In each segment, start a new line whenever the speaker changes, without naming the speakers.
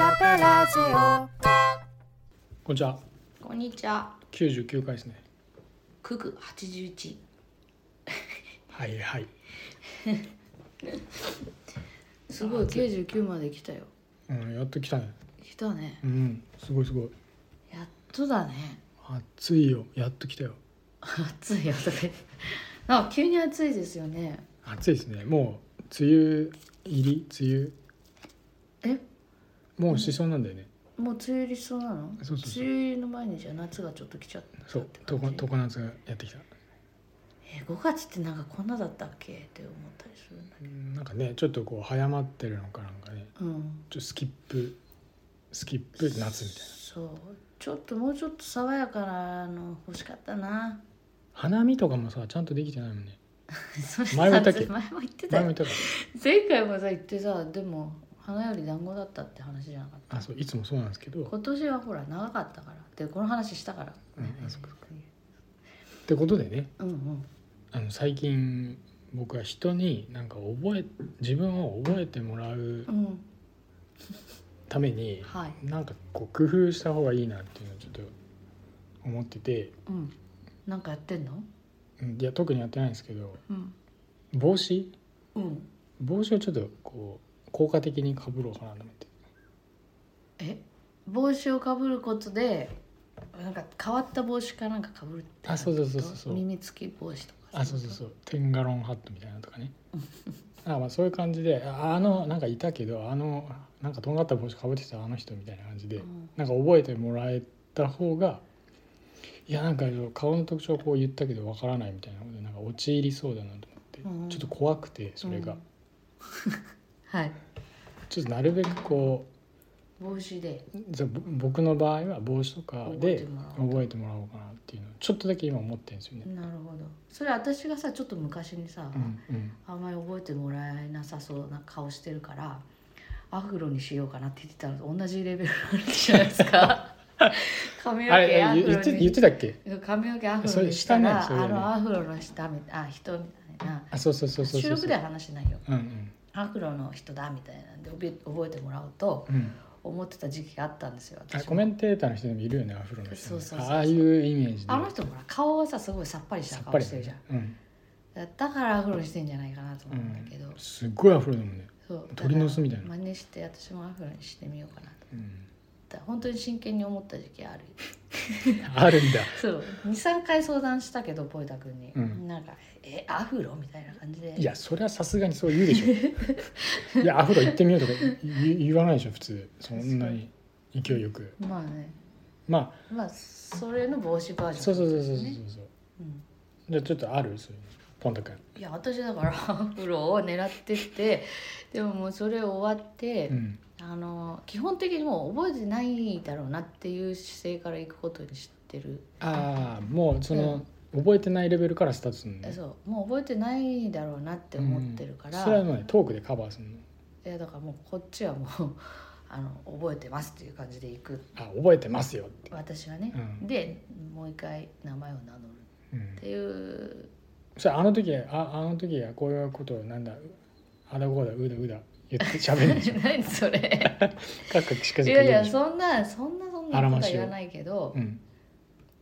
ラジオ
こんにちは
こんにちは。
99回ですね
九九八十一。
はいはい
すごい九十九まで来たよ。
うんやっと来たね
来たね。
うんすごいすごい
やっとだね。
暑いよやっと来たよ
暑いよとか言って。なんか急に暑いですよね。
暑いですねもう梅雨入り梅雨
え、
もうしそうなんだよね、
もう梅雨入りしそうなの？
そうそうそう
梅雨入りの前にじゃあ夏がちょっと来ちゃったって
そ
感
う
じ。
常常夏がやってきた
え、五月ってなんかこんなだったっけって思ったりするんだけ
うんなんかねちょっとこう早まってるのかなんかね
ど。うん。
ちょっとスキップスキップ夏みたいな
そう。ちょっともうちょっと爽やかなの欲しかったな。
花見とかもさちゃんとできてないもんね
それさ
前も言ったっけ
前も言ってた
前も
よ
言ったか
前回もさ言ってさでも花より団子だったって話じゃなかった
あそういつもそうなんですけど
今年はほら長かったからでこの話したから、
うんあそっかそっってことでね
うんうん
あの最近僕は人になんか覚え自分を覚えてもらう
うん
ために
はい
なんかこう工夫した方がいいなっていうのをちょっと思ってて
うんなんかやってんの
うんいや特にやってないんですけど
うん
帽子
うん
帽子をちょっとこう効果的にかぶろうかなと思って
え帽子をかぶることでなんか変わった帽子かなんかかぶるって
あそうそうそうそうそう
耳つき帽子とか
あそうそう
う
そうテンガロンハットみたいなのとかねあまあそういう感じでああのなんかいたけどあのなんかとんがった帽子かぶってたあの人みたいな感じで、
うん
なんか覚えてもらえた方がいやなんか顔の特徴をこう言ったけどわからないみたいなことでなんか陥りそうだなと思って、
うん
ちょっと怖くてそれが、
うんはい
ちょっとなるべくこ
帽子で
うじゃぼ僕の場合は帽子とかで
覚えてもらおう
覚えてもらおうかなっていうのをちょっとだけ今思ってるんですよね。
なるほどそれ私がさちょっと昔にさ、
うんうん
あんまり覚えてもらえなさそうな顔してるからアフロにしようかなって言ってたのと同じレベルあるじゃないですか 髪の
あれ
毛
あ
ア
れ
フ
言っ
ロ
て言っ
に
てたっけ
髪の毛アフ
そ
ロ
れ
にした
下ね
ら、
それね
あのアフロの下みあ人みたいな
あそうそうそうそうそ
収
う
録では話してないよ
うんうん
アフロの人だみたいなんで覚え覚えてもらおうと
うん
思ってた時期があったんですよ
あ
私も
コメンテーターの人でもいるよねアフロの人
そうそうそう
ああいうイメージで
あの人もほら顔はさすごいさっぱりした
さっぱ
顔
り
し
してて
る
る
じ
じ
ゃ
ゃん、
ん
うん、
だからアフロにしてんじゃないかなと思うんだけど、
すっごいアフロだもんね、
そう
鳥の巣みたいな
だから真似して私もアフロにしてみようかなと
うん、
だ本当に真剣に思った時期ある
あるんだ
そう23回相談したけどポエタ君に、
うん
なんか「えアフロ?」みたいな感じで
いやそれはさすがにそう言うでし ょいやアフロ行ってみようとか言言わないでしょ普通そんなに勢いよく
まあね
まあ
まあそれの帽子バージョン
そうそうそうそうそう
ね
そう
うん
じゃあちょっとあるそういうのポンタ君
いや私だからアフロを狙ってってでももうそれ終わって、
うん
あの基本的にもう覚えてないだろうなっていう姿勢からいくことにしてる、
ああもうその、覚えてないレベルからスタートするのね
えそうもう覚えてないだろうなって思ってるから、
うんそれはもうねトークでカバーするの
いやだからもうこっちはもうあの覚えてますっていう感じでいく
あ覚えてますよって、
私はね、
うん
でもう一回名前を名乗る
うん
っ、ていう
それあの時ああの時はこういうことをなんだあだこうだうだうだ言って喋るでしょ
何それ
カクカクしか
い
じか
やい
言う
や
でしょ
そんなそんなそんなことは言わないけど、
うん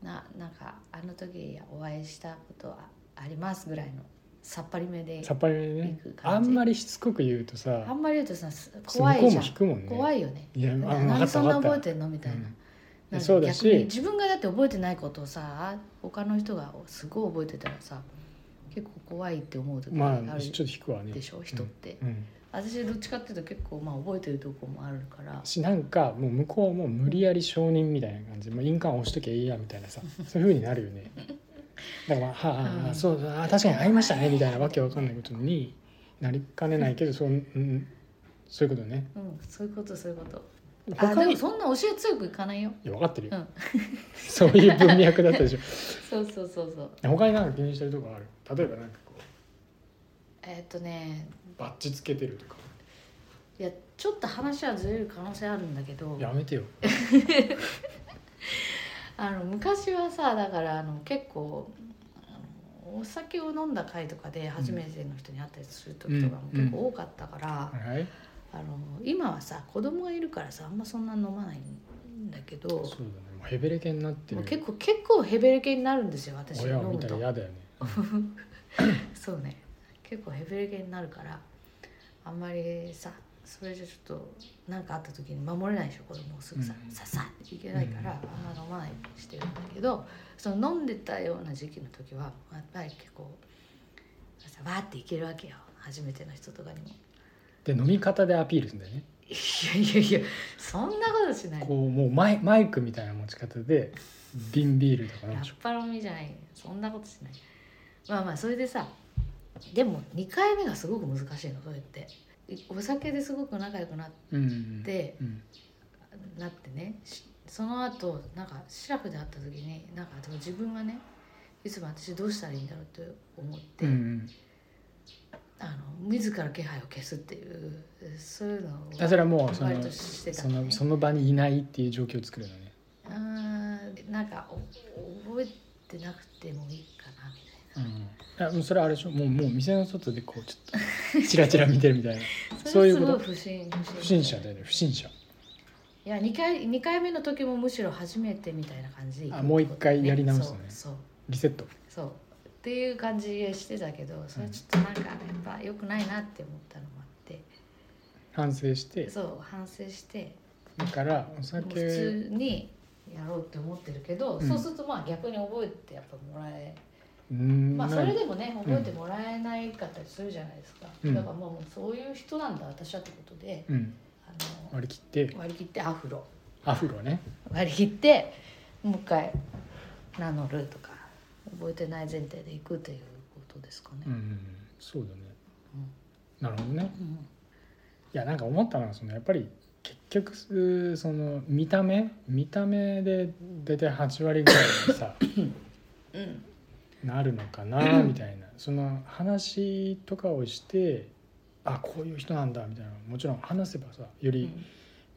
ななんかあの時お会いしたことはありますぐらいのさっぱりめで
さっぱりめでね
行く
あ
感じ
んまりしつこく言うと
あ
さ
んまり言うとさす
向
怖
こ
いうじ
も
ゃん、
引くもんね
怖いよね
いやあの分か
何
った
そんな
分か
覚
っ
え
た
てんのみたいな、
うん
なんか
そうだし
逆に自分がだって覚えてないことをさ他の人がすごい覚えてたらさ結構怖いって思う時
ま
があ
あ
る
ちょっと引くわね
でしょ、人って、
うん
私どっちかっていうと結構まあ覚えてるとこもあるから
しなんかもう向こうも無理やり承認みたいな感じもう印鑑押しときゃいいやみたいなさそういうふうになるよねだから、まあはあは あ
うん
そうだあ確かに会いましたねみたいなわけわかんないことになりかねないけどそう,、うん、そういうことね
うんそういうことそういうこと
他
あで
に
も
い
そんな教え強くいかないよ
や分かってるよ、
うん
そういう文脈だったでしょ
そうそうそうそう
他に何か気にしてるとこある例えばなんかこう
えーっとね
バッジつけてるとか
いやちょっと話はずれる可能性あるんだけど
やめてよ
あの昔はさだからあの結構あのお酒を飲んだ回とかで初めての人に会ったりする時とかも結構多かったから、
はい
あの今はさ子供がいるからさあんまそんな飲まないんだけど
そうだねもうヘベレケになって
も
る
う結構結構ヘベレケになるんですよ私飲
親を
む
見たら
と
嫌だよね
そうね結構ヘベレケになるからあんまりさそれじゃちょっと何かあった時に守れないでしょ子供をすぐさ、
うん
ささっていけないから、あんま飲まないようにしてるんだけどその飲んでたような時期の時はやっぱり結構さわーっていけるわけよ初めての人とかにも。
で飲み方でアピールするんだよね
いやいやいやそんなことしない
こうもうマイマイクみたいな持ち方で瓶ビールとか飲
ラ
むで
ッ
しょ
パ飲みじゃないそんなことしないまあまあそれでさでも2回目がすごく難しいのそうやってお酒ですごく仲良くなっ
うんうん
て
うん
なってねしその後なんかシラフで会った時になんかでも自分がねいつも私どうしたらいいんだろうって思って、
うんうん
あの自ら気配を消すっていうそういうのを
あそれはもうそ
割
の
としてた
そ
のね
のその場にいないっていう状況を作るのね
あーなんかお覚えてなくてもいいかなみたいな。
うんあもうそれあれでしょもうもう店の外でこうちょっとチラチラ見てるみ たいな
そ
そう
れ
い
す
うこ
ごい
と
不審
不審者だよね不審者
いや2回二回目の時もむしろ初めてみたいな感じ
あもう一回やり直すのね
そう
リセット
そうそうっていう感じでしてたけどそれちょっとなんかやっぱ良くないなって思ったのもあって
反省して
そう反省して
だからお
もう普
酒
通にやろうって思ってるけど、
うん
そうするとまあ逆に覚えてやっぱもらえ
うん
まあ
な
それ
い
でもね覚えてもらえないかったりするじゃないですか、
うん
だからもうそういう人なんだ私はってことで
うん
あ
割り切って
の割り切ってアフロ
アフロね
割り切ってもう一回名乗るとか覚えてない前提で行くということですかね。
うんうんうんそうだね
うん
なるほどね
うん
いやなんか思ったのはそのやっぱり結局すその見た目見た目で大体8割ぐらいにさ
うん
なるのかなみたいなその話とかをしてあこういう人なんだみたいなもちろん話せばさよ
う
り
ん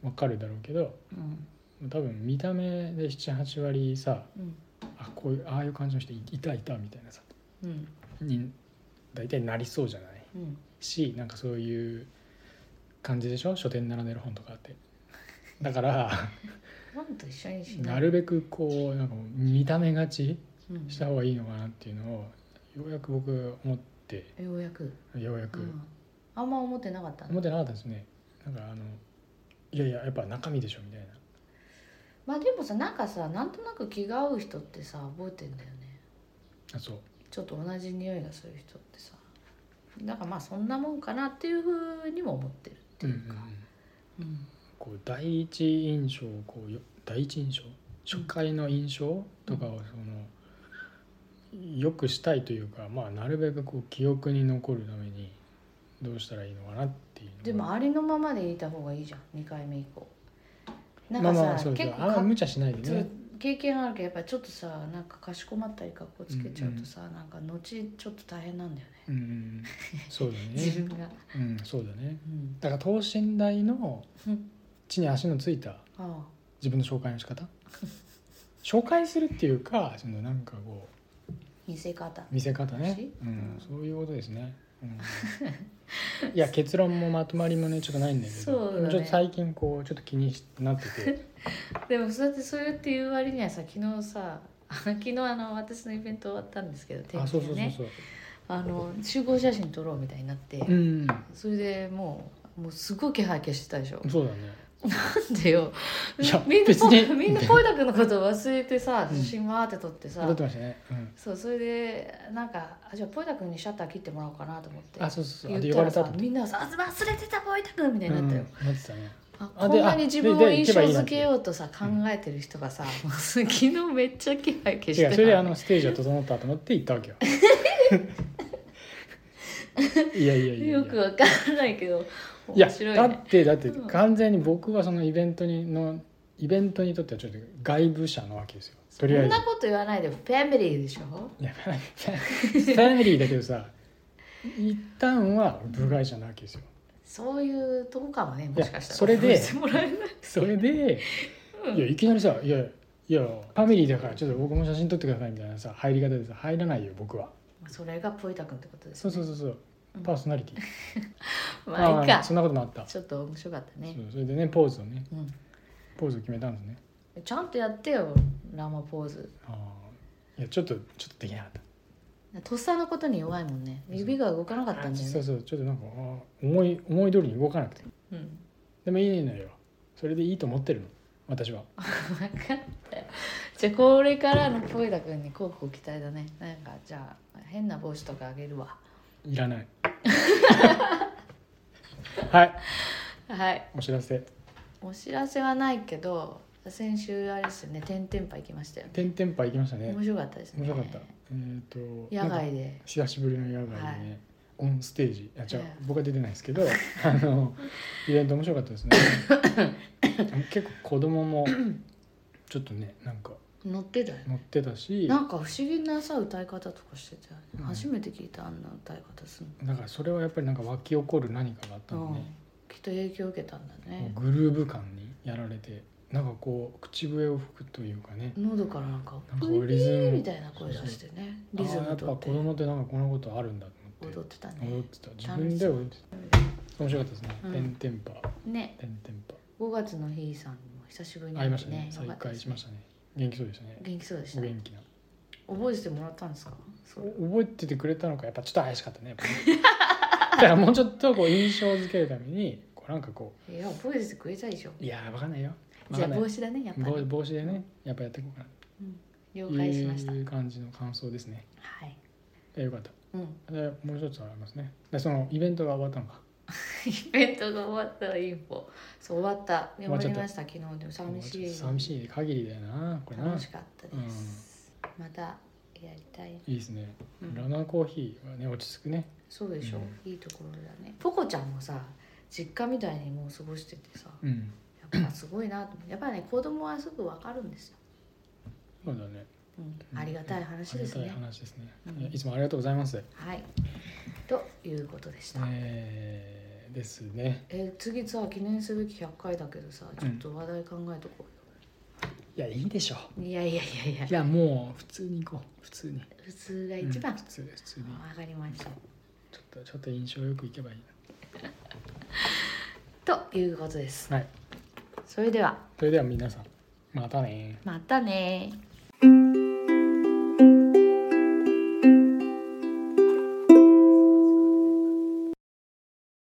わかるだろうけど、多分見た目で78割さ
うん
あこういうああいう感じの人いいたいたみたいなさ
うん
に大体なりそうじゃない
うん
しなんかそういう感じでしょ書店に並んでる本とかってだ から
本と一緒にしない
なるべくこうなんかもう見た目勝ち
うん
した方がいいのかなっていうのをようやく僕思って
ようやく、
ようや
う
く
ん、あんま思ってなかった
思
の
ってなかったですねなんかあのいやいややっぱ中身でしょみたいな
まあでもさなんかさなんとなく気が合う人ってさ覚えてんだよね
あそう
ちょっと同じ匂いがする人ってさだからまあそんなもんかなっていうふうにも思ってるって
うん
い
うん
う
う
か、
ん
うん
こう第一印象をこうよ第一印象初回の印象とかをそのよくしたいというか、まあ、なるべくこう記憶に残るためにどうしたらいいのかなっていうのが
でもありのままでいた方がいいじゃん2回目以降なん
ま
か
あ
さ、
まあそうです
結
よあ
構
んま
か
無茶しないで
そう
ね
経験あるけどやっぱちょっとさなんかかしこまったりかっこつけちゃうとさ、なんか後ちょっと大変なんだよね、
うんうんそうだ
自
ね
分が、
うんそうだね
うん、
だから等身大の
うん
地に足のついた
ああ
自分の紹介の仕 方紹介するっていうかそのなんかこう
見せ方
見せ方ね
し、
うん、そういうことですね、 うんいや結論もまとまりもねちょっとないんだけ
そう
ど
だ
で
ね
もちょっと最近こうちょっと気になってて
でもそうやってそうやって言う割にはさ昨日さ昨日あの私のイベント終わったんですけど
あそう
で
そうそうそう、
あの集合写真撮ろうみたいになって、
うん
それでもうもうすごい気配消してたでしょ
そうだね
なんでよ
いや
みん
別に
なみんな声だくんのことを忘れてさ
うん
写真わーって撮ってさ、
踊ってましたね、うん、
そうそれでなんかあじゃあポイタ君にシャッター切ってもらおうかなと思って
あそうそうそうあ
言
で
っ
呼ば
た
れ
ら
た
さ
と
みんながさ「あ忘れてたポイタ君」みたいになったよ、
うん、なってたね
あ
あ
こ
で
んなに自分を
あでで行
印
けば
象
いいな
づ
んて
けようとさ考えてる人がさ、もう昨日めっちゃ気配消して
違
た
うそれであのステージが整ったと思って行ったわ けよいやいやいやいや
よくわからないけど
いや
面白い
だ
ね
ってだって
うん
完全に僕はそのイベントにのイベントにとってはちょっと外部者なわけですよと
そ
りあえ
ん
ず
なこと言わないでファミリーでしょ
いやファミリーだけどさ一旦は部外者なわけですよ
そういうとこかもねもしかしたら
それで
許してもらえない
それで、
うん
いやいきなりさ「いやいやファミリーだからちょっと僕も写真撮ってください」みたいなさ入り方でさ入らないよ僕は
まあそれがポイタ君ってことです
そうそうそうそう
うん
パーソナリティ
まあいい
ー
か
そんなこともあった
ちょっと面白かったね
そうそれでねポーズをね
うん
ポーズを決めたんですね
ちゃんとやってよラマポーズ
あーいやちょっとちょっとできなかった
とっさのことに弱いもんね指が動かなかったんだよ
そう
ね
そうちょっとなんかあー思い思い通りに動かなくて
うん
でもいいのよそれでいいと思ってるの私は
分かったよじゃあこれからのポイダ君にこうこう期待だねなんかじゃあ変な帽子とかあげるわ
いらない はい
はい
お知らせ
お知らせはないけど先週あれですよね天天パ行きましたよね
天天パ行きましたね
面白かったですね
面白かったえっ、と
野
なんか
外で
久しぶりの野外でね、
はい
オンステージあじゃあ
ええ
僕は出てないです けどあのイベント面白かったですね結構子供もちょっとねなんか
乗ってたよ
乗ってたし
なんか不思議なさ歌い方とかしてたよね、
うん
初めて聞いたあんな歌い方する
だからそれはやっぱりなんか湧き起こる何かがあった
の、
の
うん
ね、
きっと影響を受けたんだね
グルーブ感にやられてなんかこう口笛を吹くというかね
喉からなんか
なん
プ
かこ
リ
うリズム
ーみたいな声出してねリズ
あーやっ
ム
ぱ
とっ
子
て
供ってなんかこんなことあるんだと思って
踊ってた
踊っ
ね
てた自分で踊ってた面白かったですね
う
「
ん
天天パ
ね
天天パ
5月の日さんにも久しぶりに
会いましたね
ね
再会しましたたね元気そうでしたね
元気そうでし
お
た
元気な
覚えてもらったんですかそれ
覚えててくれたのかやっぱちょっと怪しかったねやっぱね だからもうちょっとこう印象づけるためにこうなんかこ
いや覚えてくれたでしょ
ういやーわかんないよわか
じゃあ
んない
帽子だねやっぱ
帽
り
帽子でねやっぱやっていこうかな
了
と
解しました
いう感じの感想ですね
はい
えよかった
うん
でもう一つありますねでそのイベントが終わったのか
イベントが終わったらインフォそう終わった終
わ
わ
っちゃ
り
った
ました昨日でも寂しい
寂しい限りだよなこれな
楽しかったですまたやりたい
いいですね、
うん
ラナコーヒーはね落ち着くね
そうでしょ、
う
いいところだねポコちゃんもさ実家みたいにもう過ごしててさ
うん
やっぱすごいなと思うやっぱね子供はすぐ分かるんですよ、
そうだね
うん、ありがたい話です
あり
ね
がたい話ですね、
うん
いやいつもありがとうございます、
はいということでした、
えー、ですね
え次さ記念すべき100回だけどさちょっと話題考えとこ
いやいいでしょ
うよ、いやいやいやい
い
や
やもう普通に行こう普通に
普通が一番、
うん普通普通に
分かりました
ちょっとちょっと印象よくいけばいい
ということです
なはい
それでは
それでは皆さんまたね
またねー